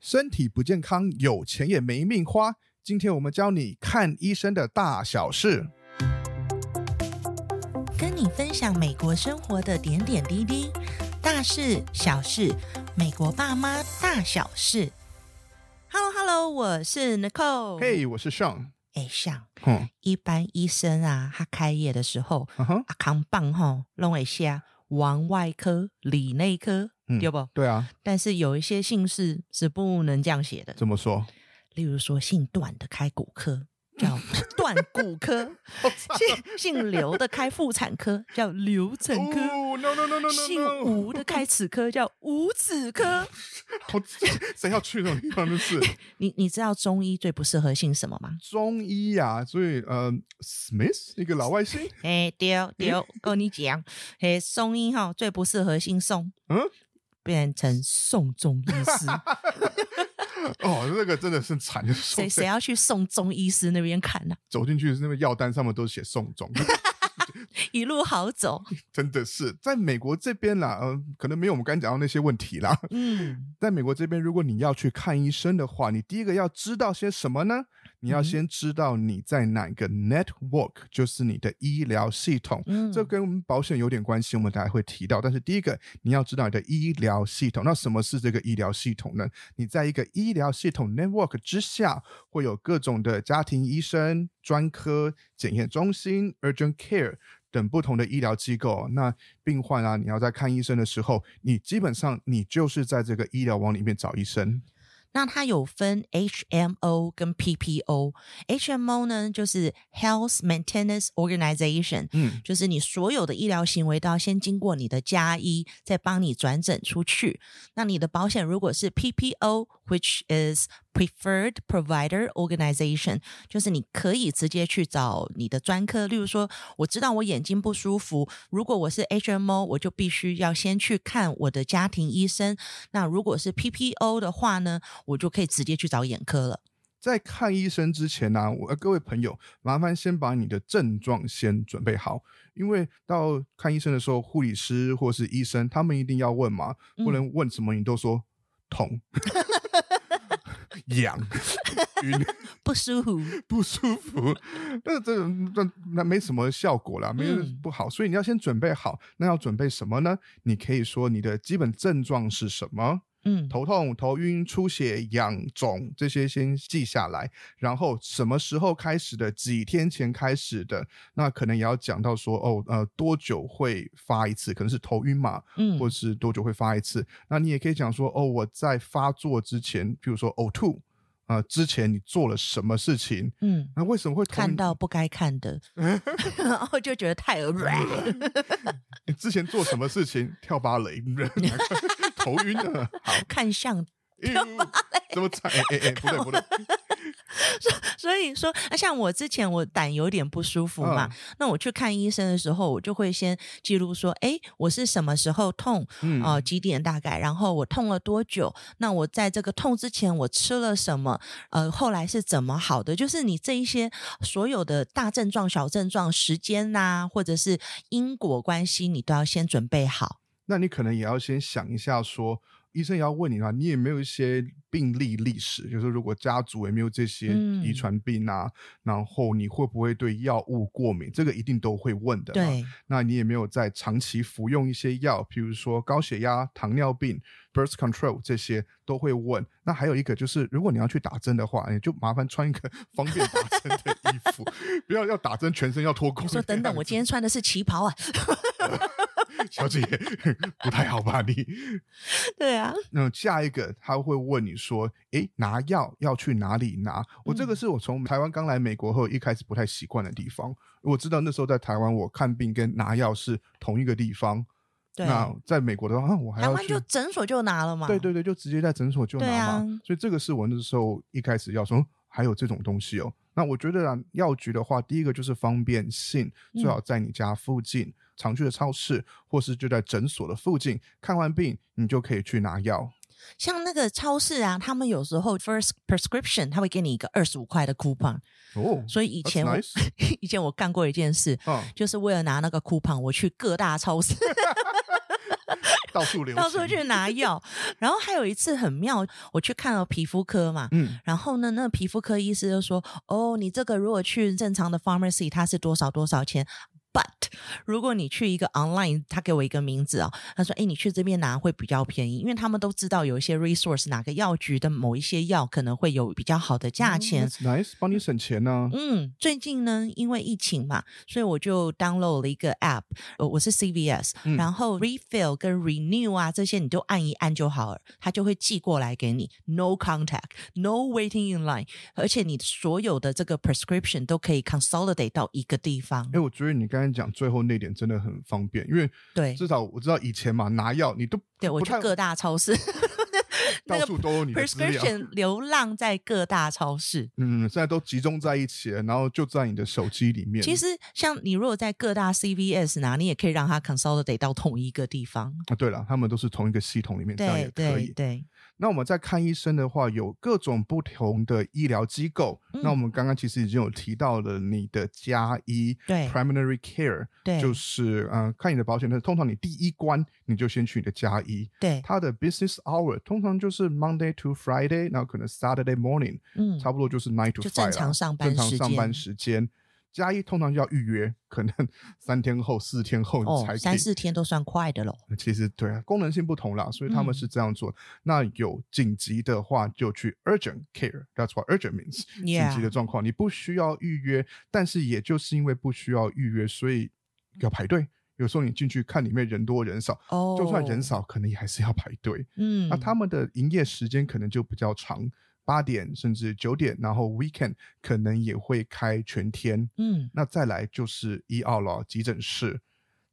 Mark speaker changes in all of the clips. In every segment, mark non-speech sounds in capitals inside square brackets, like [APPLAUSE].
Speaker 1: 身体不健康，有钱也没命花。今天我们教你看医生的大小事。
Speaker 2: 跟你分享美国生活的点点滴滴，大事小事，美国爸妈大小事。Hello Hello，我是 Nicole。
Speaker 1: 嘿、我是嗯 Sean。
Speaker 2: 哎，像
Speaker 1: 哼，
Speaker 2: 一般医生啊，他开业的时候，
Speaker 1: 嗯哼，
Speaker 2: 啊，扛棒吼，弄一下往外科、里内科，
Speaker 1: 嗯
Speaker 2: 对不？
Speaker 1: 对啊，
Speaker 2: 但是有一些姓氏是不能这样写的，
Speaker 1: 怎么说？
Speaker 2: 例如说姓段的开骨科
Speaker 1: [LAUGHS]
Speaker 2: 叫段骨科，姓姓刘的开妇产科叫流产科。
Speaker 1: 哦，no no no no no，
Speaker 2: 姓
Speaker 1: no，
Speaker 2: 吴的开齿科叫吴齿科。
Speaker 1: [LAUGHS]
Speaker 2: [LAUGHS]
Speaker 1: 好，谁要去这种地方？真是
Speaker 2: 你你知道中医最不适合姓什么吗？
Speaker 1: 中医呀、啊，所以呃，Smith 一个老外
Speaker 2: [LAUGHS]
Speaker 1: 姓，
Speaker 2: [LAUGHS] 嘿，丢丢，跟你讲，嘿，中医哈最不适合姓宋，
Speaker 1: 嗯，
Speaker 2: 变成 [LAUGHS] 宋中医师。
Speaker 1: 哦，这个真的是惨，就是
Speaker 2: 谁谁要去宋中医师那边看呢、 [LAUGHS]
Speaker 1: 走进去，那个药单上面都写送中，
Speaker 2: 一路好 [LAUGHS] 走。
Speaker 1: 真的是在美国这边啦，嗯、可能没有我们刚才讲到那些问题啦。
Speaker 2: 嗯，
Speaker 1: 在美国这边，如果你要去看医生的话，你第一个要知道些什么呢？你要先知道你在哪个 network，、就是你的医疗系统。
Speaker 2: 嗯
Speaker 1: 这跟保险有点关系，我们大家会提到。但是第一个，你要知道你的医疗系统。那什么是这个医疗系统呢？你在一个医疗系统 network 之下，会有各种的家庭医生、专科、检验中心、urgent care 等不同的医疗机构。哦那病患啊，你要在看医生的时候，你基本上你就是在这个医疗网里面找医生。
Speaker 2: 那它有分 HMO 跟 PPO。HMO 呢，就是 Health Maintenance Organization，
Speaker 1: 嗯，
Speaker 2: 就是你所有的医疗行为都要先经过你的加医，再帮你转诊出去。那你的保险如果是 PPO，which is Preferred Provider Organization，就是你可以直接去找你的专科。例如说，我知道我眼睛不舒服，如果我是 HMO，我就必须要先去看我的家庭医生。那如果是 PPO 的话呢，我就可以直接去找眼科了。
Speaker 1: 在看医生之前呢、我呃各位朋友，麻烦先把你的症状先准备好，因为到看医生的时候，护理师或是医生他们一定要问嘛，
Speaker 2: 嗯
Speaker 1: 不能问什么你都说
Speaker 2: [LAUGHS]
Speaker 1: 痛、痒、晕、
Speaker 2: 不舒服，
Speaker 1: 不舒服，那这那那没什么效果啦，没有
Speaker 2: 嗯
Speaker 1: 不好，所以你要先准备好。那要准备什么呢？你可以说你的基本症状是什么，
Speaker 2: 嗯，
Speaker 1: 头痛、头晕、出血、痒、肿这些先记下来，然后什么时候开始的，几天前开始的，那可能也要讲到说哦，呃，多久会发一次，可能是头晕嘛，
Speaker 2: 嗯
Speaker 1: 或是多久会发一次。那你也可以讲说哦，我在发作之前，比如说呕吐。呃，之前你做了什么事情？
Speaker 2: 嗯，
Speaker 1: 那为什么会头晕
Speaker 2: 看到不该看的，然后就觉得太恶心
Speaker 1: 你 [LAUGHS] 之前做什么事情？跳芭蕾， [LAUGHS] 头晕
Speaker 2: [LAUGHS]
Speaker 1: 了。好，
Speaker 2: 看相。
Speaker 1: [LAUGHS] 哎呦这么
Speaker 2: [LAUGHS]
Speaker 1: 惨？哎哎哎，不对不对，
Speaker 2: 所以说，啊像我之前我胆有点不舒服嘛，
Speaker 1: 嗯
Speaker 2: 那我去看医生的时候，我就会先记录说，哎，我是什么时候痛，
Speaker 1: 嗯
Speaker 2: 哦、几点大概？然后我痛了多久？那我在这个痛之前我吃了什么？呃，后来是怎么好的？就是你这一些所有的大症状、小症状、时间呐、或者是因果关系，你都要先准备好。
Speaker 1: 那你可能也要先想一下说。医生也要问你啦，你有没有一些病例历史？就是如果家族有没有这些
Speaker 2: 嗯
Speaker 1: 遗传病啊，然后你会不会对药物过敏？这个一定都会问的。，
Speaker 2: 对，
Speaker 1: 那你也没有在长期服用一些药，比如说高血压、糖尿病、birth control 这些都会问。那还有一个就是，如果你要去打针的话，你就麻烦穿一个 [LAUGHS] 方便打针的衣服， [LAUGHS] 不要要打针全身要脱光
Speaker 2: 我
Speaker 1: 那 [LAUGHS] 样子。
Speaker 2: 说等等，我今天穿的是旗袍啊。
Speaker 1: 小姐 [LAUGHS] 不太好吧你？
Speaker 2: 对啊，
Speaker 1: 那下一个他会问你说：“诶，拿药要去哪里拿？”我
Speaker 2: 嗯
Speaker 1: 这个是我从台湾刚来美国后一开始不太习惯的地方。我知道那时候在台湾，我看病跟拿药是同一个地方。
Speaker 2: 对，
Speaker 1: 那在美国的话，啊我还
Speaker 2: 台
Speaker 1: 要
Speaker 2: 湾
Speaker 1: 去
Speaker 2: 就。诊所就拿了嘛。
Speaker 1: 对对对，就直接在诊所就拿
Speaker 2: 对
Speaker 1: 嘛。
Speaker 2: 啊
Speaker 1: 所以这个是我那时候一开始要说，嗯还有这种东西哦。那我觉得啊，药局的话，第一个就是方便性，
Speaker 2: 嗯
Speaker 1: 最好在你家附近、常去的超市，或是就在诊所的附近。看完病，你就可以去拿药。
Speaker 2: 像那个超市啊，他们有时候 first prescription 他会给你一个二十五块的 coupon，
Speaker 1: 哦，
Speaker 2: 所以以
Speaker 1: That's
Speaker 2: 前我
Speaker 1: nice
Speaker 2: [LAUGHS] 以前我干过一件事，
Speaker 1: 啊，
Speaker 2: 就是为了拿那个 coupon，我去各大超市
Speaker 1: 到到处流，
Speaker 2: 到处去。拿药。然后还有一次很妙，我去看了皮肤科嘛，
Speaker 1: 嗯，
Speaker 2: 然后呢，那个皮肤科医师就说：“哦，你这个如果去正常的 pharmacy，它是多少多少钱。” But 如果你去一个 online，他给我一个名字哦，他说：“哎，你去这边拿会比较便宜，因为他们都知道有一些 resource，哪个药局的某一些药可能会有比较好的价钱。
Speaker 1: That's 嗯 nice，帮你省钱啊呢。
Speaker 2: 嗯，最近呢，因为疫情嘛，所以我就 download 了一个 app，呃，我是 CVS，、
Speaker 1: 嗯
Speaker 2: 然后 refill 跟 renew 啊这些你就按一按就好了，它就会寄过来给你，no contact，no waiting in line，而且你所有的这个 prescription 都可以 consolidate 到一个地方。
Speaker 1: 哎，我觉得你刚才讲最后那点真的很方便，因为
Speaker 2: 对
Speaker 1: 至少我知道以前嘛，拿药你都
Speaker 2: 对，我
Speaker 1: 不
Speaker 2: 去
Speaker 1: 太
Speaker 2: 各大超市， [LAUGHS] 那
Speaker 1: 到
Speaker 2: 个
Speaker 1: 处都有你的资料。
Speaker 2: prescription 流浪在各大超市。
Speaker 1: 嗯，现在都集中在一起了，然后就在你的手机里面。
Speaker 2: 其实，像你如果在各大 CVS 拿，你也可以让它 consolidate 到同一个地方。
Speaker 1: 啊，对了，他们都是同一个系统里面，这样也
Speaker 2: 对
Speaker 1: 可
Speaker 2: 对
Speaker 1: 以。
Speaker 2: 对，
Speaker 1: 那我们在看医生的话，有各种不同的医疗机构。
Speaker 2: 嗯
Speaker 1: 那我们刚刚其实已经有提到了你的加医，
Speaker 2: 对
Speaker 1: primary care，
Speaker 2: 对，
Speaker 1: 就是嗯、呃看你的保险，但是通常你第一关你就先去你的加医，
Speaker 2: 对，
Speaker 1: 它的 business hour 通常就是 Monday to Friday，然后可能 Saturday morning，、
Speaker 2: 嗯，
Speaker 1: 差不多就是 nine to
Speaker 2: 就
Speaker 1: five，
Speaker 2: 正
Speaker 1: 啦
Speaker 2: 常上班
Speaker 1: 正常
Speaker 2: 时
Speaker 1: 上班
Speaker 2: 间
Speaker 1: 时间。加一通常要预约，可能 [LAUGHS] 三天后、四天后你才可
Speaker 2: 哦，
Speaker 1: 以。
Speaker 2: 三四天都算快的喽。
Speaker 1: 其实对啊，功能性不同啦，所以他们
Speaker 2: 嗯
Speaker 1: 是这样做。那有紧急的话就去 urgent care，that's what urgent means。紧急的
Speaker 2: Yeah，
Speaker 1: 状况，你不需要预约，但是也就是因为不需要预约，所以要排队。有时候你进去看里面人多人少，
Speaker 2: 哦，
Speaker 1: 就算人，少，可能也还是要排队。
Speaker 2: 嗯，
Speaker 1: 那他们的营业时间可能就比较长，八点甚至九点，然后 weekend 可能也会开全天。
Speaker 2: 嗯，
Speaker 1: 那再来就是医奥了，急诊室，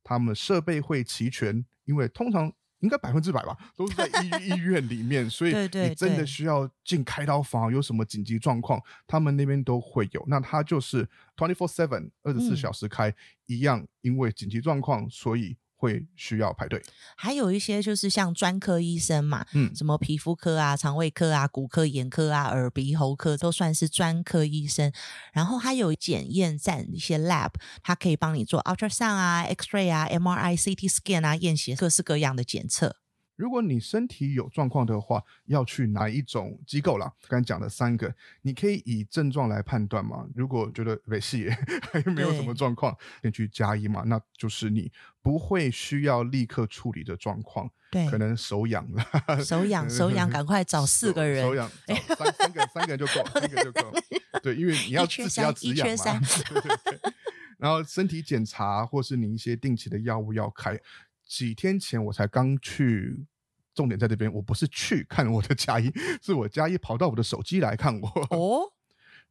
Speaker 1: 他们设备会齐全，因为通常应该百分之百吧，都是在
Speaker 2: [LAUGHS]
Speaker 1: 医医院里面，所以
Speaker 2: 对对
Speaker 1: 你真的
Speaker 2: 对
Speaker 1: 需要进开刀房，有什么紧急状况，他们那边都会有。那他就是 twenty four seven 二十四
Speaker 2: 嗯
Speaker 1: 小时开，一样，因为紧急状况，所以会需要排队。
Speaker 2: 还有一些就是像专科医生嘛，
Speaker 1: 嗯
Speaker 2: 什么皮肤科啊、肠胃科啊、骨科、眼科啊、耳鼻喉科都算是专科医生。然后还有检验站一些 lab，它可以帮你做 ultrasound 啊、X-ray 啊、MRI、CT scan 啊，验血各式各样的检测。
Speaker 1: 如果你身体有状况的话，要去哪一种机构啦？刚才讲的三个，你可以以症状来判断嘛。如果觉得没戏， [LAUGHS] 还没有什么
Speaker 2: 对
Speaker 1: 状况，先去加一嘛，那就是你不会需要立刻处理的状况，
Speaker 2: 对，
Speaker 1: 可能手痒啦，
Speaker 2: 手痒手痒，赶快找四个人
Speaker 1: 手手。痒，找三三个三个人就够，三个就够。
Speaker 2: [LAUGHS]
Speaker 1: 对，因为你要
Speaker 2: 一缺
Speaker 1: 自己
Speaker 2: 三
Speaker 1: 要止
Speaker 2: 一
Speaker 1: 痒
Speaker 2: 缺
Speaker 1: 嘛
Speaker 2: 三。
Speaker 1: [LAUGHS] 对对对然后身体检查或是你一些定期的药物要开。几天前我才刚去，重点在这边，我不是去看我的 [LAUGHS] 加医，是我加医跑到我的手机来看我。
Speaker 2: 哦，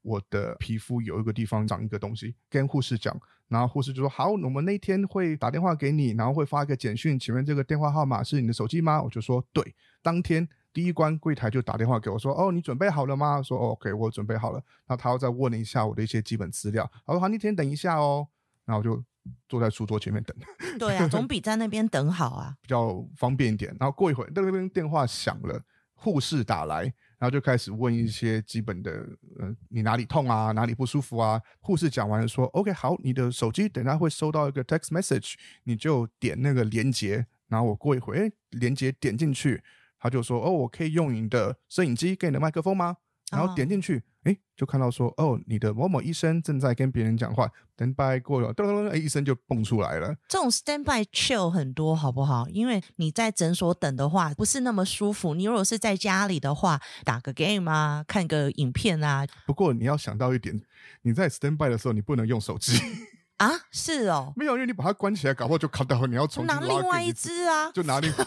Speaker 1: 我的皮肤有一个地方长一个东西，跟护士讲，然后护士就说好，我们那天会打电话给你，然后会发一个简讯，请问这个电话号码是你的手机吗？我就说对，当天。第一关柜台就打电话给我说：“哦，你准备好了吗？”说、哦、：“OK，我准备好了。”那他要再问一下我的一些基本资料。他说：“好，你先等一下哦。”然后我就坐在书桌前面等，
Speaker 2: 对啊，总比在那边等好啊。
Speaker 1: 比较方便一点。然后过一会儿，那边电话响了，护士打来，然后就开始问一些基本的，呃，你哪里痛啊，哪里不舒服啊？护士讲完了说，OK，好，你的手机等下会收到一个 text message，你就点那个连接。然后我过一会儿，哎，连接点进去，他就说，哦，我可以用你的摄影机跟你的麦克风吗？然后
Speaker 2: 哦
Speaker 1: 点进去，哎，就看到说，哦，你的某某医生正在跟别人讲话，等拜过了，噔噔噔，哎，医生就蹦出来了。
Speaker 2: 这种 standby chill 很多，好不好？因为你在诊所等的话，不是那么舒服。你如果是在家里的话，打个 game 啊，看个影片啊，
Speaker 1: 不过你要想到一点，你在 stand by 的时候，你不能用手机， [LAUGHS]
Speaker 2: 啊，是哦，
Speaker 1: 没有，因为你把它关起来，搞不好就看到你要重新
Speaker 2: 拿
Speaker 1: 拉
Speaker 2: 另外
Speaker 1: 开
Speaker 2: 一
Speaker 1: 次，
Speaker 2: 只啊，
Speaker 1: 就拿另 [LAUGHS]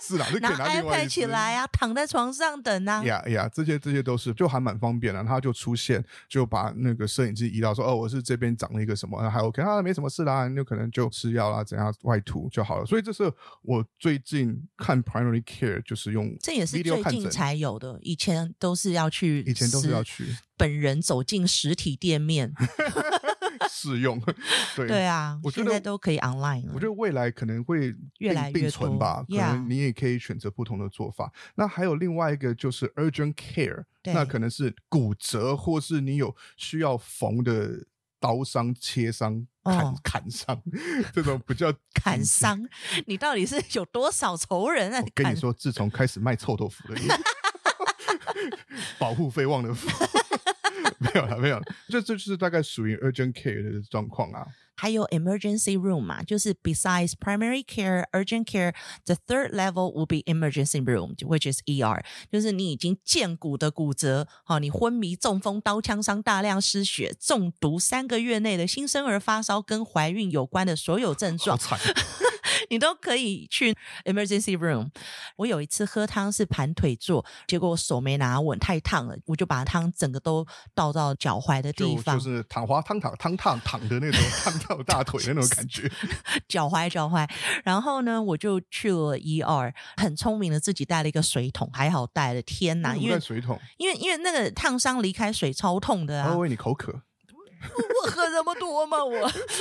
Speaker 1: 是
Speaker 2: [LAUGHS]
Speaker 1: 啦，就可
Speaker 2: 拿
Speaker 1: 以拿另外一
Speaker 2: iPad 起
Speaker 1: 只
Speaker 2: 来啊，躺在床上等啊。
Speaker 1: 呀呀，这些这些都是就还蛮方便的。然后他就出现，就把那个摄影机移到说，哦，我是这边长了一个什么，然后还 OK，啊，没什么事啦，那可能就吃药啦，怎样外涂就好了。所以这是我最近看 primary care 就是用，
Speaker 2: 这也是
Speaker 1: video
Speaker 2: 最
Speaker 1: 看
Speaker 2: 近
Speaker 1: 诊
Speaker 2: 才有的，以前都是要去实，
Speaker 1: 以前都是要去
Speaker 2: 本人走进实体店面，
Speaker 1: 试用， [LAUGHS] 对
Speaker 2: [LAUGHS] 对啊
Speaker 1: 我，觉
Speaker 2: 现
Speaker 1: 得
Speaker 2: 在都可以 online
Speaker 1: 我觉。
Speaker 2: 了
Speaker 1: 得未来可能会
Speaker 2: 越
Speaker 1: 并
Speaker 2: 来越
Speaker 1: 并存
Speaker 2: 多
Speaker 1: 吧，可
Speaker 2: yeah
Speaker 1: 能你也可以选择不同的做法。那还有另外一个就是 urgent care，
Speaker 2: 对
Speaker 1: 那可能是骨折或是你有需要缝的刀伤、切伤、砍
Speaker 2: 哦
Speaker 1: 砍伤这种比较。
Speaker 2: 砍伤， [LAUGHS] 你到底是有多少仇人啊
Speaker 1: 我？跟
Speaker 2: 砍
Speaker 1: 你说，自从开始卖臭豆腐
Speaker 2: [LAUGHS]
Speaker 1: 了，保护费忘了付。 [LAUGHS] 没有了，没有了，这这就是大概属于 urgent care 的状况啊。
Speaker 2: 还有 emergency room 嘛，就是 besides primary care、urgent care, the third level would be emergency room, which is ER，就是你已经见骨的骨折，好，你昏迷、中风、刀枪伤、大量失血、中毒，三个月内的新生儿发烧跟怀孕有关的所有症
Speaker 1: 好
Speaker 2: 状， [LAUGHS]
Speaker 1: 惨，
Speaker 2: 你都可以去 emergency room。我有一次喝汤是盘腿坐，结果我手没拿稳，太烫了，我就把汤整个都倒到脚踝的地
Speaker 1: 就
Speaker 2: 方
Speaker 1: 就。是躺滑汤躺汤躺躺的那种， [LAUGHS] 烫到大腿的那种感觉。
Speaker 2: 脚踝脚踝。然后呢，我就去了 ER，很聪明的自己带了一个水桶，还好带了。天哪，
Speaker 1: 为什
Speaker 2: 因
Speaker 1: 么带
Speaker 2: 为
Speaker 1: 水桶？
Speaker 2: 因为因为那个烫伤离开水超痛的啊，
Speaker 1: 我以为你口渴。
Speaker 2: 我喝这么多吗我？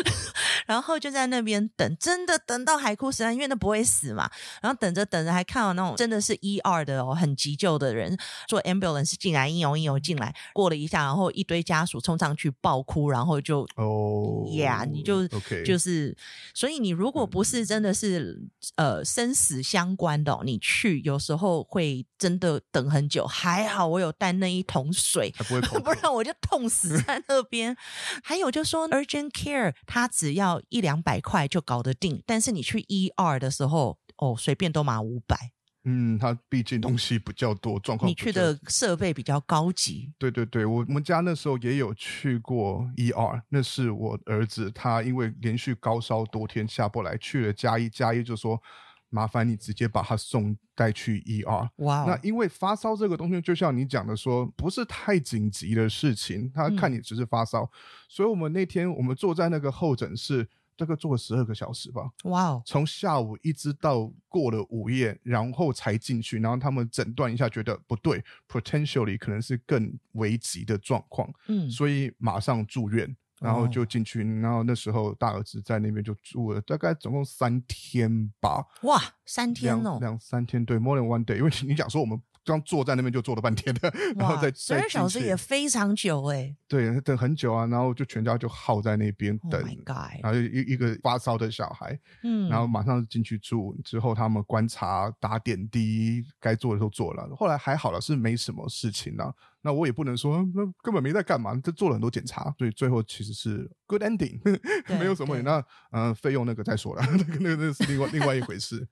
Speaker 2: [LAUGHS] 然后就在那边等，真的等到海枯石烂，因为那不会死嘛。然后等着等着，还看到那种真的是 ER 的哦，很急救的人坐 ambulance 进来，应有应有进来，过了一下，然后一堆家属冲上去爆哭，然后就
Speaker 1: 哦
Speaker 2: Yeah，你就
Speaker 1: OK，嗯
Speaker 2: 就是，所以你如果不是真的是呃生死相关的哦、你去有时候会真的等很久。还好我有带那一桶水。
Speaker 1: 才不会
Speaker 2: [LAUGHS]
Speaker 1: 口
Speaker 2: 不
Speaker 1: 渴。
Speaker 2: 然我就
Speaker 1: [LAUGHS]
Speaker 2: 冻死在那边。还有就说 urgent care，它只要一两百块就搞得定，但是你去 ER 的时候，哦，随便都满五百。
Speaker 1: 嗯，它毕竟东西比较多，状况
Speaker 2: 你
Speaker 1: 比
Speaker 2: 去
Speaker 1: 较
Speaker 2: 的设备比较高级，
Speaker 1: 对对对，我我们家那时候也有去过 ER，那是我儿子，他因为连续高烧多天下不来，去了加一加一就说麻烦你直接把他送带去 ER。
Speaker 2: 哇、
Speaker 1: 那
Speaker 2: 哦！
Speaker 1: 因为发烧这个东西，就像你讲的说，不是太紧急的事情，他
Speaker 2: 嗯
Speaker 1: 看你只是发烧，所以我们那天我们坐在那个候诊室，大概坐了十二个小时吧，
Speaker 2: 哇哦！
Speaker 1: 从下午一直到过了午夜，然后才进去，然后他们诊断一下，觉得不对，potentially 可能是更危急的状况，
Speaker 2: 嗯，哦
Speaker 1: 所以马上住院，然后就进去，然后那时候大儿子在那边就住了大概总共三天吧，
Speaker 2: 哇，三天
Speaker 1: 两
Speaker 2: 哦，
Speaker 1: 两三天，对，more than one day，因为你讲说我们。刚坐在那边就坐了半天的，然后
Speaker 2: 哇
Speaker 1: 再，
Speaker 2: 十
Speaker 1: 再
Speaker 2: 二小时
Speaker 1: 进去
Speaker 2: 也非常久哎、
Speaker 1: 对，等很久啊，然后就全家就耗在那边
Speaker 2: Oh
Speaker 1: 等，
Speaker 2: my god！
Speaker 1: 然后一一个发烧的小孩，
Speaker 2: 嗯，
Speaker 1: 啊然后马上进去住，之后他们观察、打点滴，该做的都做了。后来还好了，是没什么事情了、那我也不能说那根本没在干嘛，这做了很多检查，所以最后其实是 good ending， [LAUGHS]
Speaker 2: 对
Speaker 1: 没有什么问题。
Speaker 2: 对
Speaker 1: 那嗯，呃费用那个再说了，那个那个那是另外另外一回事。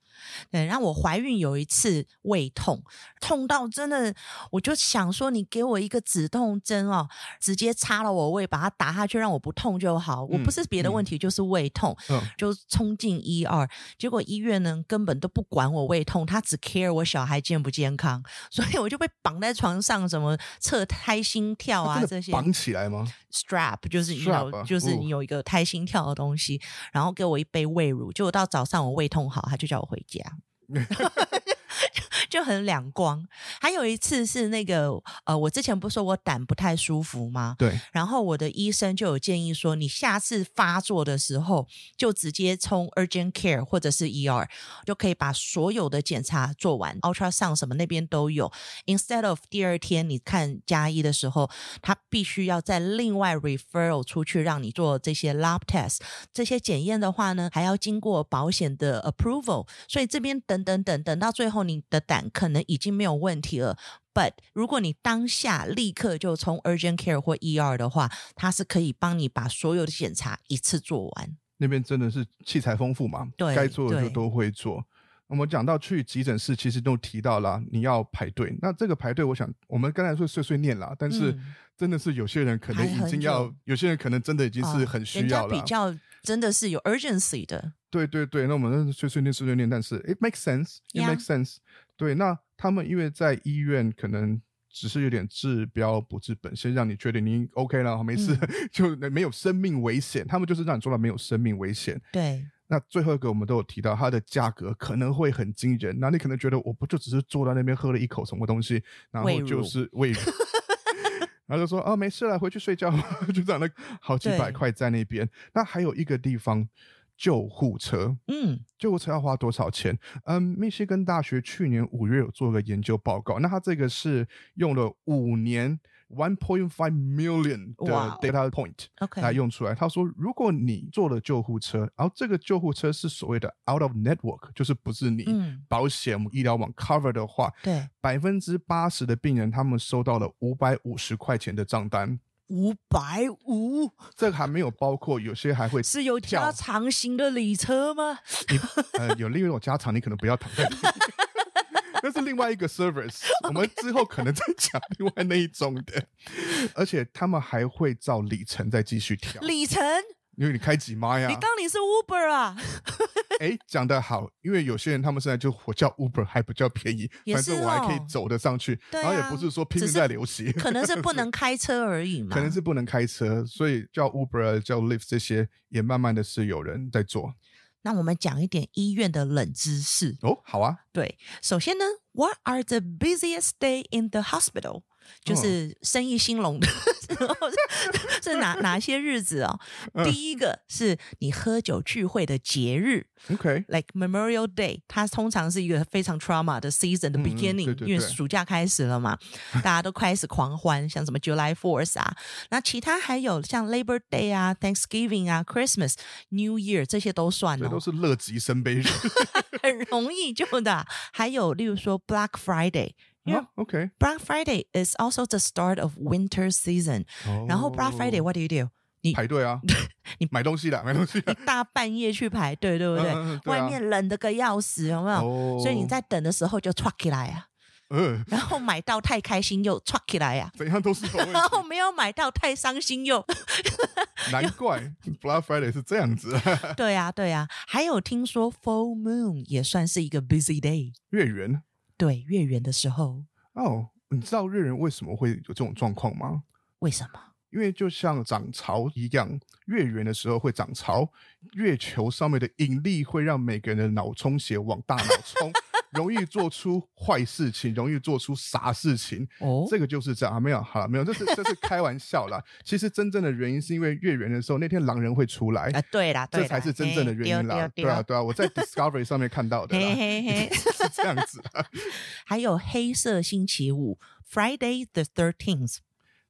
Speaker 2: 对，然后我怀孕有一次胃痛，痛到真的，我就想说，你给我一个止痛针哦，直接插了我胃，把它打下去，让我不痛就好。我不
Speaker 1: 嗯
Speaker 2: 是别的问题，就是胃痛， [LAUGHS]
Speaker 1: 嗯，
Speaker 2: 就冲进医二。结果医院呢根本都不管我胃痛，他只 care 我小孩健不健康， [LAUGHS] 所以我就被绑在床上，什么测胎心跳
Speaker 1: 那
Speaker 2: 啊
Speaker 1: 真的
Speaker 2: 这些。
Speaker 1: 绑起来吗？
Speaker 2: strap，就是你
Speaker 1: Strap
Speaker 2: 有
Speaker 1: 啊
Speaker 2: 就是
Speaker 1: 哦
Speaker 2: 你有一个胎心跳的东西，然后给我一杯胃乳，结果到早上我胃痛好，他就叫我回
Speaker 1: [LAUGHS]
Speaker 2: 家。就很两光，还有一次是那个呃，我之前不是说我胆不太舒服吗？
Speaker 1: 对，
Speaker 2: 然后我的医生就有建议说，你下次发作的时候就直接冲 urgent care 或者是 ER，就可以把所有的检查做完，ultrasound 什么那边都有。Instead of 第二天你看加一的时候，他必须要再另外 referral 出去让你做这些 lab test，这些检验的话呢，还要经过保险的 approval，所以这边等等等等到最后，你的胆可能已经没有问题了。But 如果你当下立刻就从 urgent care 或 ER 的话，它是可以帮你把所有的检查一次做完。
Speaker 1: 那边真的是器材丰富嘛，
Speaker 2: 对
Speaker 1: 该做的就
Speaker 2: 对
Speaker 1: 都会做。我们讲到去急诊室，其实都提到了你要排队。那这个排队，我想我们刚才说碎碎念啦，但是
Speaker 2: 嗯
Speaker 1: 真的是有些人可能
Speaker 2: 排很
Speaker 1: 已经要
Speaker 2: 久，
Speaker 1: 有些人可能真的已经是
Speaker 2: 啊
Speaker 1: 很需
Speaker 2: 人家
Speaker 1: 要了
Speaker 2: 比。较真的是有 urgency 的。
Speaker 1: 对对对，那我们碎碎念碎碎念，但是 it makes sense，it
Speaker 2: Yeah
Speaker 1: makes sense。对，那他们因为在医院可能。只是有点治标不治本，先让你确定你 OK 了，没事，
Speaker 2: 嗯
Speaker 1: [LAUGHS] 就没有生命危险。他们就是让你做到没有生命危险。
Speaker 2: 对，
Speaker 1: 那最后一个我们都有提到，它的价格可能会很惊人。那你可能觉得，我不就只是坐在那边喝了一口什么东西，然
Speaker 2: 喂
Speaker 1: 后
Speaker 2: 乳
Speaker 1: 就是喂
Speaker 2: [LAUGHS]
Speaker 1: 乳，然后就说啊没事了，回去睡觉吧， [LAUGHS] 就这样的好几百
Speaker 2: 对
Speaker 1: 块在那边。那还有一个地方，救护车。
Speaker 2: 嗯，
Speaker 1: 救护车要花多少钱？嗯，密歇根大学去年五月有做个研究报告，那它这个是用了五年1.5 million 的
Speaker 2: 哇哦
Speaker 1: data point。
Speaker 2: OK，
Speaker 1: 来用出来。他说，如果你坐了救护车，然后这个救护车是所谓的 out of network，就是不是你
Speaker 2: 嗯，
Speaker 1: 保险、医疗网 cover 的话，
Speaker 2: 对，
Speaker 1: 百分之八十的病人他们收到了五百五十块钱的账单，
Speaker 2: 五百五
Speaker 1: 这还没有包括有些
Speaker 2: [LAUGHS]
Speaker 1: 还会
Speaker 2: 是有加
Speaker 1: 跳
Speaker 2: 长型的礼车吗？
Speaker 1: 你呃有另一种家常，你可能不要躺在。
Speaker 2: [LAUGHS]
Speaker 1: 那是另外一个 service，我们之后可能再讲另外那一种的，而且他们还会照里程再继续调，
Speaker 2: [LAUGHS] 里程？
Speaker 1: 因为你开几妈呀？
Speaker 2: 你当你是 Uber [LAUGHS] 啊？
Speaker 1: 哎，讲得好，因为有些人他们现在就我叫 Uber 还比较便宜，
Speaker 2: 也
Speaker 1: 反
Speaker 2: 是
Speaker 1: 正我还可
Speaker 2: 哦
Speaker 1: 以走得上去，
Speaker 2: 对
Speaker 1: 然后也
Speaker 2: 啊
Speaker 1: 不是说拼
Speaker 2: 只
Speaker 1: 命
Speaker 2: 是
Speaker 1: 在流血，
Speaker 2: 可能是不能开车而已嘛。
Speaker 1: 可能是不能开车，所以叫 Uber、叫啊 Lyft 这些也慢慢的是有人在做
Speaker 2: 那我们讲一点医院的冷知识。
Speaker 1: 哦。好啊，
Speaker 2: 对，首先呢，What are the busiest day in the
Speaker 1: 哦
Speaker 2: hospital？就是生意兴隆的 [LAUGHS] 时候是是哪哪些日子哦？
Speaker 1: 嗯
Speaker 2: 第一个是你喝酒聚会的节日 [LAUGHS]
Speaker 1: OK，
Speaker 2: ，like Memorial Day，它通常是一个非常 trauma 的 season 的
Speaker 1: 嗯嗯
Speaker 2: beginning，、
Speaker 1: 对对
Speaker 2: 因
Speaker 1: 对
Speaker 2: 为暑假开始
Speaker 1: [LAUGHS]
Speaker 2: 了嘛，大家都开始狂欢，像什么 July Fourth 啊，那其他还有像 Labor Day 啊、Thanksgiving 啊、Christmas、New Year 这些都算
Speaker 1: 这
Speaker 2: 哦
Speaker 1: 都。是乐极生悲人
Speaker 2: 很容易就的。还有，例如说 Black Friday，因为
Speaker 1: 啊。OK，
Speaker 2: Black Friday is also the start of winter season、然后 Black
Speaker 1: 哦
Speaker 2: Friday，what do you do？你
Speaker 1: 排队啊，
Speaker 2: 你
Speaker 1: 买东西啦，买东西啦，
Speaker 2: 你 [LAUGHS] 大半夜去排队，对不对？
Speaker 1: 嗯嗯嗯对
Speaker 2: 外
Speaker 1: 啊
Speaker 2: 面冷的个要死，有没有？
Speaker 1: 哦
Speaker 2: 嗯所以你在等的时候就 t 起来啊，
Speaker 1: 呃
Speaker 2: 然后买到太开心又 t 起来啊，
Speaker 1: 怎样都是有问
Speaker 2: [LAUGHS] 然后
Speaker 1: 题，
Speaker 2: 没有买到太伤心又 [LAUGHS]
Speaker 1: 难怪 Black Friday 是这样子，
Speaker 2: 对呀、啊、对呀、啊。还有听说 full moon 也算是一个 busy day，
Speaker 1: 月圆
Speaker 2: 对月圆的时候，
Speaker 1: 哦。你知道月圆为什么会有这种状况吗？
Speaker 2: 为什么？
Speaker 1: 因为就像涨潮一样，月圆的时候会涨潮，月球上面的引力会让每个人的脑充血往大脑冲，容易做出坏事情，容易做出傻事情。
Speaker 2: 哦
Speaker 1: 这个就是这样啊，没有好了，没有，这是这是开玩笑啦。其实真正的原因是因为月圆的时候，那天狼人会出来，
Speaker 2: 啊，对啦，对
Speaker 1: 这
Speaker 2: 啦
Speaker 1: 才是真正的
Speaker 2: 嘿
Speaker 1: 原因啦。
Speaker 2: 对
Speaker 1: 对啊，对啊，我
Speaker 2: [LAUGHS]
Speaker 1: 在 Discovery 上面看到的
Speaker 2: 嘿
Speaker 1: 啦，
Speaker 2: 嘿嘿，
Speaker 1: [LAUGHS] 是这样子啦。
Speaker 2: 还有黑色星期五 （Friday the Thirteenth）。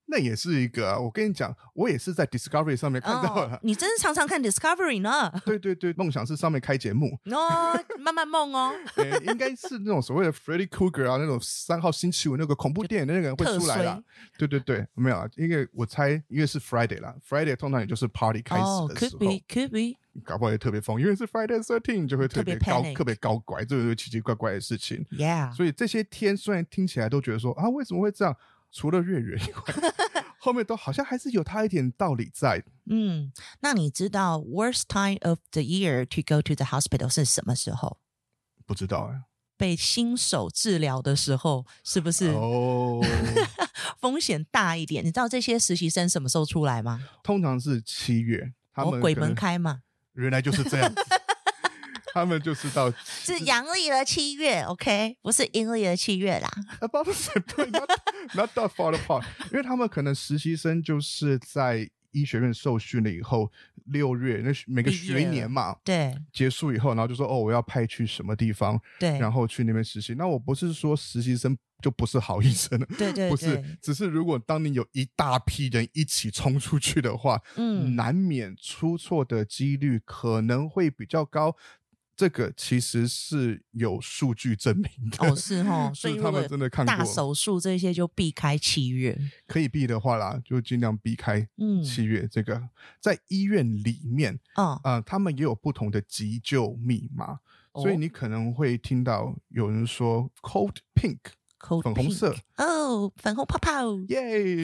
Speaker 1: 那也是一个啊、我跟你讲，我也是在 Discovery 上面 [LAUGHS] 看到了。
Speaker 2: 哦，你真是常常看 Discovery 呢？
Speaker 1: 对对对，梦想是上面开节目，
Speaker 2: 哦，慢慢
Speaker 1: [LAUGHS]
Speaker 2: 梦哦，
Speaker 1: 呃，应该是那种所谓的 Freddy Krueger 啊，那种三号星期五那个恐怖电影的那个人会
Speaker 2: 特
Speaker 1: 出来
Speaker 2: 衰
Speaker 1: 啦。对对对，没有啊，因为我猜，因为是 Friday 啦，Friday 通常也就是 party 开
Speaker 2: 哦
Speaker 1: 始的时
Speaker 2: ，could
Speaker 1: 候
Speaker 2: be could be，
Speaker 1: 搞不好也特别疯，因为是 Friday thirteen 就会特别
Speaker 2: 特
Speaker 1: 高
Speaker 2: 别 panic 啊
Speaker 1: 特别高拐，这种奇奇怪怪的事情。
Speaker 2: yeah，
Speaker 1: 所以这些天虽然听起来都觉得说啊，为什么会这样？除了月圆以外， [LAUGHS] 后面都好像还是有它一点道理在。
Speaker 2: 嗯，那你知道 worst time of the year to go to the hospital 是什么时候？
Speaker 1: 不知道哎、
Speaker 2: 被新手治疗的时候，是不是
Speaker 1: 哦，
Speaker 2: 风险大一点？你知道这些实习生什么时候出来吗？
Speaker 1: 通常是七月，他
Speaker 2: 哦
Speaker 1: 们，
Speaker 2: 鬼
Speaker 1: 可
Speaker 2: 门
Speaker 1: 能
Speaker 2: 开嘛，
Speaker 1: 原来就是这样
Speaker 2: [LAUGHS]
Speaker 1: 子他们就是到
Speaker 2: 是阳历的七月，OK，不是阴历的七月啦。
Speaker 1: about the same time,
Speaker 2: [LAUGHS]
Speaker 1: not not that far apart，因为他们可能实习生就是在医学院受训了以后，六月那每个
Speaker 2: 毕业
Speaker 1: 学年嘛
Speaker 2: 对
Speaker 1: 结束以后，然后就说哦，我要派去什么地方，
Speaker 2: 对，
Speaker 1: 然后去那边实习。那我不是说实习生就不是好医生了，
Speaker 2: 对对
Speaker 1: 不
Speaker 2: 对，嗯
Speaker 1: 是，只是如果当你有一大批人一起冲出去的话，
Speaker 2: 嗯，
Speaker 1: 难免出错的几率可能会比较高。这个其实是有数据证明的，
Speaker 2: 哦是
Speaker 1: [LAUGHS]
Speaker 2: 哦，所以
Speaker 1: 就是
Speaker 2: 如
Speaker 1: 他
Speaker 2: 果
Speaker 1: 们真的看
Speaker 2: 大
Speaker 1: 过，
Speaker 2: 手术这些就避开七月，
Speaker 1: 可以避的话啦，就尽量避开
Speaker 2: 嗯，
Speaker 1: 七月这个。在医院里面，
Speaker 2: 哦，
Speaker 1: 啊，他们也有不同的急救密码，所
Speaker 2: 哦
Speaker 1: 以你可能会听到有人说 “cold pink”，
Speaker 2: 口
Speaker 1: 粉红色
Speaker 2: 哦，粉红泡泡，
Speaker 1: 耶，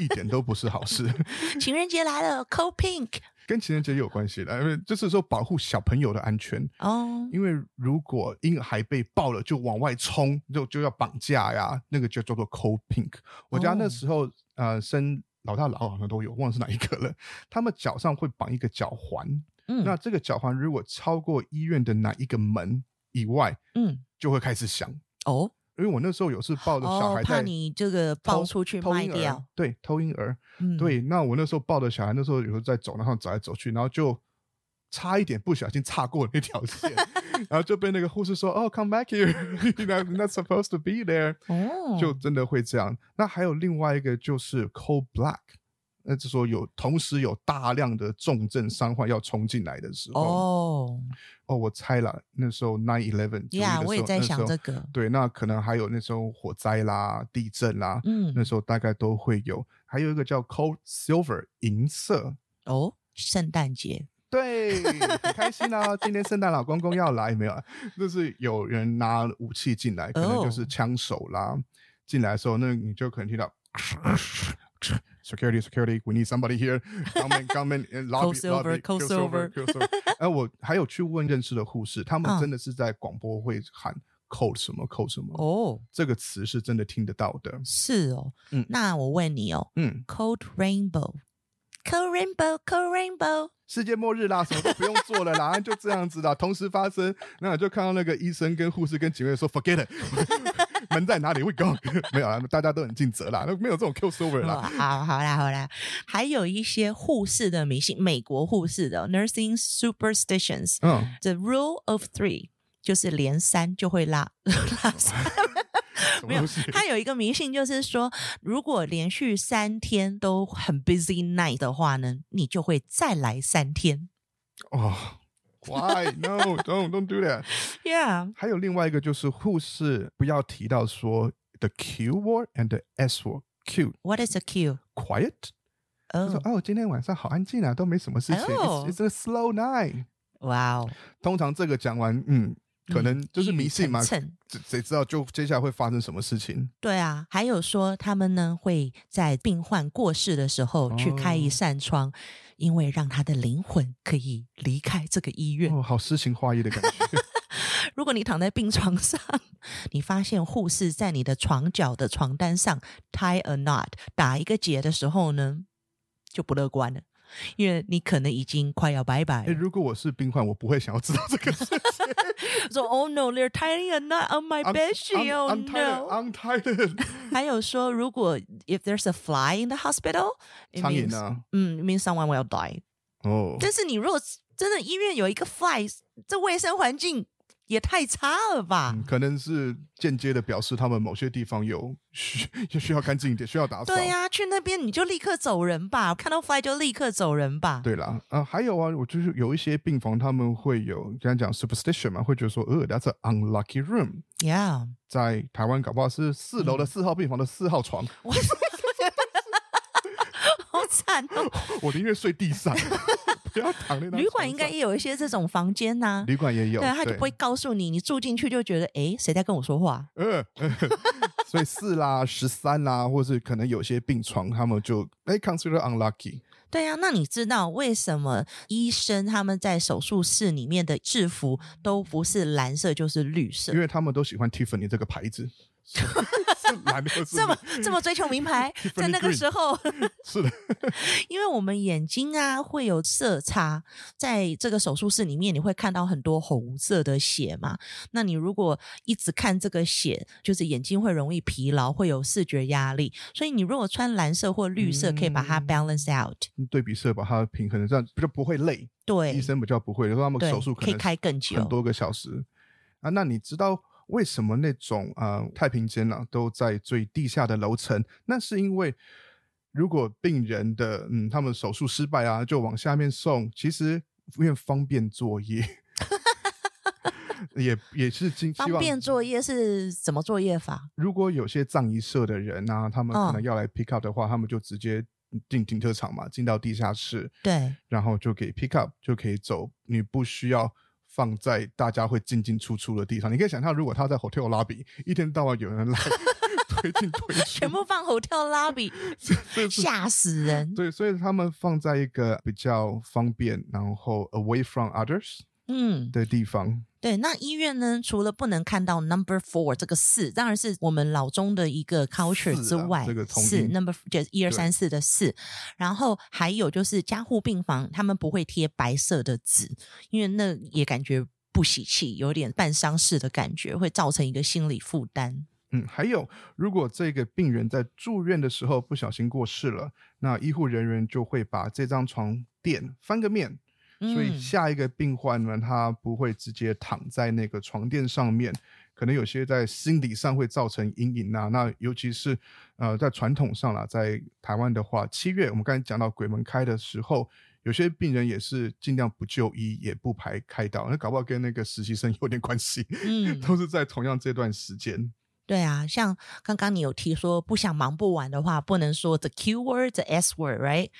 Speaker 1: 一点都不是好事， [LAUGHS]
Speaker 2: 情人节来了，cold pink
Speaker 1: 跟情人节有关系的，因为就是说保护小朋友的安全。
Speaker 2: 哦，
Speaker 1: 因为如果婴孩被抱了就往外冲，就就要绑架呀，那个就叫做 cold pink。我家
Speaker 2: 哦
Speaker 1: 那时候、呃生老大老二好像都有，忘了是哪一个了。他们脚上会绑一个脚环，那
Speaker 2: 嗯
Speaker 1: 这个脚环如果超过医院的哪一个门以外，
Speaker 2: 嗯，
Speaker 1: 就会开始响。
Speaker 2: 哦
Speaker 1: 因为我那时候有次抱着小
Speaker 2: 哦
Speaker 1: 孩，
Speaker 2: 怕
Speaker 1: 在
Speaker 2: 你这个
Speaker 1: 偷
Speaker 2: 抱出去
Speaker 1: 偷
Speaker 2: 卖
Speaker 1: 婴儿
Speaker 2: 掉，
Speaker 1: 对，偷婴儿。
Speaker 2: 嗯，
Speaker 1: 对，那我那时候抱着小孩，那时候有时候在走廊上走来走去，然后就差一点不小心岔过那条
Speaker 2: [LAUGHS]
Speaker 1: 线，然后就被那个护士说：“哦、c o m e back here，you're not, [LAUGHS] you're not supposed to be there。”
Speaker 2: 哦，
Speaker 1: 就真的会这样。那还有另外一个就是 cold black，那就说有同时有大量的重症伤患要冲进来的时候，哦
Speaker 2: 哦
Speaker 1: 我猜了，那时候 nine eleven，
Speaker 2: 呀，我也在想这个，
Speaker 1: 对，那可能还有那时候火灾啦、地震啦，
Speaker 2: 嗯
Speaker 1: 那，时候大概都会有。还有一个叫 cold silver 银色，
Speaker 2: 哦，圣诞节，
Speaker 1: 对，很开心啊！今天圣诞老公公要来没有啊？就是有人拿武器进来，可能
Speaker 2: 哦
Speaker 1: 就是枪手啦。进来的时候，那你就可能听到 security security we need somebody here [LAUGHS] come in come in and lobby lobby
Speaker 2: Silver, Cold
Speaker 1: kill silver [LAUGHS]
Speaker 2: Silver
Speaker 1: kill silver。哎，我还有去问认识的护士，他们
Speaker 2: 嗯
Speaker 1: 真的是在广播会喊 code 什么 code 什么，
Speaker 2: 哦，
Speaker 1: 这个词是真的听得到的。
Speaker 2: 是哦，
Speaker 1: 嗯
Speaker 2: 那我问你哦
Speaker 1: 嗯，
Speaker 2: ，Cold Rainbow，Cold Rainbow，Cold Rainbow，
Speaker 1: 世界末日啦，什么都不用做了啦， [LAUGHS] 就这样子啦，同时发生。那我就看到那个医生跟护士跟警卫说 “forget it”，门 [LAUGHS] 在哪里？We go，没有啦，啊大家都很尽责啦，没有这种 kill silver
Speaker 2: [LAUGHS] 哦
Speaker 1: 啦。
Speaker 2: 好，好啦，好啦，还有一些护士的迷信，美国护士的 nursing superstitions，the
Speaker 1: 嗯，
Speaker 2: rule of three 就是连三就会拉 [LAUGHS] 拉
Speaker 1: [LAUGHS]
Speaker 2: 三。
Speaker 1: 什么
Speaker 2: 没有
Speaker 1: 东西？
Speaker 2: 他有一个迷信，就是说，如果连续三天都很 busy night 的话呢，你就会再来三天。
Speaker 1: 哦，Why no? Don't don't do that。
Speaker 2: Yeah，
Speaker 1: 还有另外一个就是护士不要提到说 the Q word and the S word。Q
Speaker 2: what is a cue？
Speaker 1: quiet，就说
Speaker 2: 哦，
Speaker 1: 哦，今天晚上好安静啊，都没什么事情。
Speaker 2: 哦
Speaker 1: It's it's a slow night。
Speaker 2: 哇哦，
Speaker 1: 通常这个讲完，嗯，啊可能就是迷信嘛
Speaker 2: 一语，成谶
Speaker 1: 谁谁知道就接下来会发生什么事情？
Speaker 2: 对啊，还有说他们呢会在病患过世的时候去开一
Speaker 1: 哦
Speaker 2: 扇窗，因为让他的灵魂可以离开这个医院。
Speaker 1: 哦，好诗情画意的感
Speaker 2: [LAUGHS]
Speaker 1: 觉。
Speaker 2: 如果你躺在病床上， [LAUGHS] 你发现护士在你的床脚的床单上 tie a knot 打一个结的时候呢，就不乐观了，因为你可能已经快要拜拜
Speaker 1: 哎，
Speaker 2: 了。
Speaker 1: 如果我是病患，我不会想要知道这个事情。
Speaker 2: [LAUGHS] 说 Oh no, they're tying a knot on my
Speaker 1: I'm-
Speaker 2: bed sheet. Oh
Speaker 1: I'm, I'm tired.
Speaker 2: no.
Speaker 1: I'm tired.
Speaker 2: [LAUGHS] 还有说，如果 if there's a fly in the hospital,
Speaker 1: [LAUGHS]
Speaker 2: it
Speaker 1: 苍蝇
Speaker 2: means
Speaker 1: 呢？
Speaker 2: 嗯，it means someone will die.
Speaker 1: 哦，
Speaker 2: 但是你如果真的医院有一个 fly，这卫生环境也太差了吧？
Speaker 1: 嗯可能是间接的表示他们某些地方有需需要干净一点，需要打扫。
Speaker 2: 对呀、去那边你就立刻走人吧，看到 fly 就立刻走人吧。
Speaker 1: 对啦，啊、还有啊，我就是有一些病房他们会有刚才讲 superstition 嘛，会觉得说，呃，that's an unlucky room，
Speaker 2: ，Yeah， [LAUGHS]
Speaker 1: 在台湾搞不好是四
Speaker 2: 嗯
Speaker 1: 楼的四号病房的四号床，
Speaker 2: 我好惨哦。
Speaker 1: [LAUGHS] 我宁愿睡地
Speaker 2: [LAUGHS]
Speaker 1: 上，不要躺那张床上。
Speaker 2: 旅馆应该也有一些这种房间 [LAUGHS] 呐、
Speaker 1: 旅馆也有，
Speaker 2: 对啊，他就不会告诉你，你住进去就觉得，诶，谁在跟我说话？
Speaker 1: 呃， [LAUGHS] 所以四啦、十三啦，或是可能有些病床，他们就哎 consider unlucky。
Speaker 2: 对啊，那你知道为什么医生他们在手术室里面的制服都不是蓝色就是绿色
Speaker 1: 因？为他们都喜欢 Tiffany 这个牌子，是 [LAUGHS] 是蓝的，是
Speaker 2: [LAUGHS] 这么
Speaker 1: 绿
Speaker 2: 这么追求
Speaker 1: [LAUGHS]
Speaker 2: 名牌
Speaker 1: Tiffany，
Speaker 2: 在那个
Speaker 1: Green
Speaker 2: 时候，
Speaker 1: [LAUGHS] 是的，
Speaker 2: [LAUGHS] 因为我们眼睛啊会有色差，在这个手术室里面你会看到很多红色的血嘛。那你如果一直看这个血，就是眼睛会容易疲劳，会有视觉压力。所以你如果穿蓝色或绿色，可以把它
Speaker 1: 嗯
Speaker 2: balance out。
Speaker 1: 对比色把它平衡，这样比较不会累，医
Speaker 2: 对，
Speaker 1: 生比较不会，说他们
Speaker 2: 对
Speaker 1: 手术
Speaker 2: 可以
Speaker 1: 能
Speaker 2: 开更久
Speaker 1: 很多个小时啊。那你知道？为什么那种啊、呃太平间啊都在最地下的楼层？那是因为如果病人的嗯他们手术失败啊，就往下面送，其实因为方便作
Speaker 2: [LAUGHS]
Speaker 1: 业，也也是经希
Speaker 2: 方
Speaker 1: 望
Speaker 2: 便作业是怎么作业法？
Speaker 1: 如果有些葬仪社的人啊，他们可
Speaker 2: 嗯
Speaker 1: 能要来 pick up 的话，他们就直接进停车场嘛，进到地下室， [LAUGHS]
Speaker 2: 对，
Speaker 1: 然后就给 pick up 就可以走，你不需要放在大家会进进出出的地方。你可以想象，如果他在 hotel lobby 一天到晚有人
Speaker 2: [LAUGHS]
Speaker 1: 来推进推出，
Speaker 2: 全部放 hotel lobby，
Speaker 1: 这 [LAUGHS] 是
Speaker 2: 吓死人。
Speaker 1: 对，所以他们放在一个比较方便，然后 away from others
Speaker 2: 嗯。
Speaker 1: 的地方。
Speaker 2: 对，那医院呢，除了不能看到 number four 这个四，当然是我们老中的一个 culture 之
Speaker 1: 四啊
Speaker 2: 外，
Speaker 1: 这个同
Speaker 2: 四
Speaker 1: 音
Speaker 2: number 就是一二
Speaker 1: 对
Speaker 2: 三四的四，然后还有就是加护病房，他们不会贴白色的纸，因为那也感觉不喜气，有点办丧事的感觉，会造成一个心理负担。
Speaker 1: 嗯，还有，如果这个病人在住院的时候不小心过世了，那医护人员就会把这张床垫翻个面，所以下一个病患呢，他不会直接躺在那个床垫上面，可能有些在心理上会造成阴影啊。那尤其是呃，在传统上啦，在台湾的话，七月我们刚才讲到鬼门开的时候，有些病人也是尽量不就医，也不排开刀，那搞不好跟那个实习生有点关系， [LAUGHS]
Speaker 2: 嗯，
Speaker 1: 都是在同样这段时间。
Speaker 2: 对啊，像刚刚你有提说不想忙不完的话，不能说 the Q word the S
Speaker 1: [LAUGHS]
Speaker 2: word，right？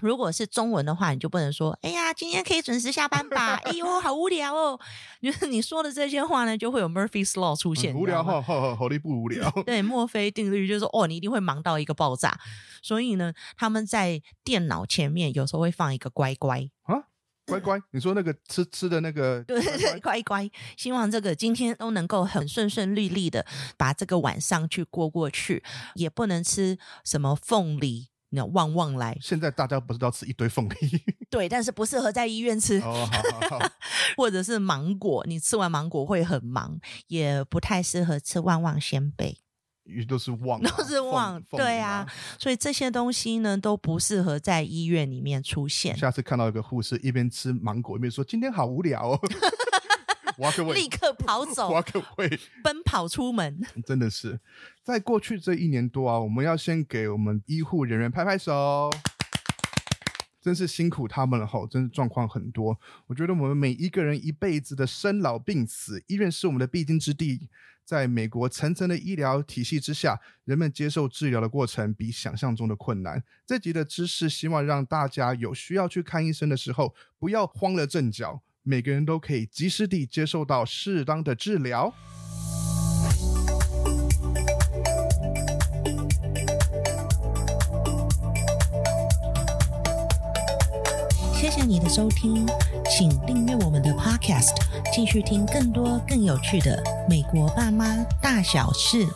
Speaker 2: 如果是中文的话，你就不能说哎呀，今天可以准时下班吧？哎呦，好无聊哦！ [LAUGHS] 就是你说的这些话呢，就会有 Murphy's law 出现，
Speaker 1: 很
Speaker 2: 你
Speaker 1: 无
Speaker 2: 知
Speaker 1: 聊，哦
Speaker 2: 道吗
Speaker 1: 好好好，好力不无聊。
Speaker 2: 对，墨菲定律就是说哦，你一定会忙到一个爆炸。所以呢，他们在电脑前面有时候会放一个乖乖，
Speaker 1: [LAUGHS] 乖乖，你说那个吃吃的那个，
Speaker 2: 对对
Speaker 1: 乖
Speaker 2: 对，
Speaker 1: 乖
Speaker 2: 乖乖，希望这个今天都能够很顺顺利利的把这个晚上去过过去，也不能吃什么凤梨。那旺旺
Speaker 1: [LAUGHS]
Speaker 2: 来，
Speaker 1: 现在大家不是都要吃一堆凤梨？ [LAUGHS]
Speaker 2: 对，但是不适合在医院吃，
Speaker 1: 哦，好好好，
Speaker 2: 或者是芒果，你吃完芒果会很忙，也不太适合吃旺旺鲜贝。
Speaker 1: 鱼都是旺啊，
Speaker 2: 都是
Speaker 1: 凤
Speaker 2: 旺
Speaker 1: 凤梨
Speaker 2: 对啊所以这些东西呢，都不适合在医院里面出现，
Speaker 1: 啊下次看到一个护士一边吃芒果一边说：“今天好无聊
Speaker 2: [LAUGHS]
Speaker 1: 哦，walk
Speaker 2: 立
Speaker 1: away，walk
Speaker 2: 刻跑走，
Speaker 1: away。
Speaker 2: 奔跑出门。”
Speaker 1: 真的是，在过去这一年多啊，我们要先给我们医护人员拍拍手，真是辛苦他们了吼，真是状况很多。我觉得我们每一个人一辈子的生老病死，医院是我们的必经之地。在美国层层的医疗体系之下，人们接受治疗的过程比想象中的困难。这集的知识希望让大家有需要去看医生的时候，不要慌了阵脚，每个人都可以及时地接受到适当的治疗。
Speaker 2: 谢谢你的收听，请订阅我们的 Podcast，继续听更多更有趣的美国爸妈大小事。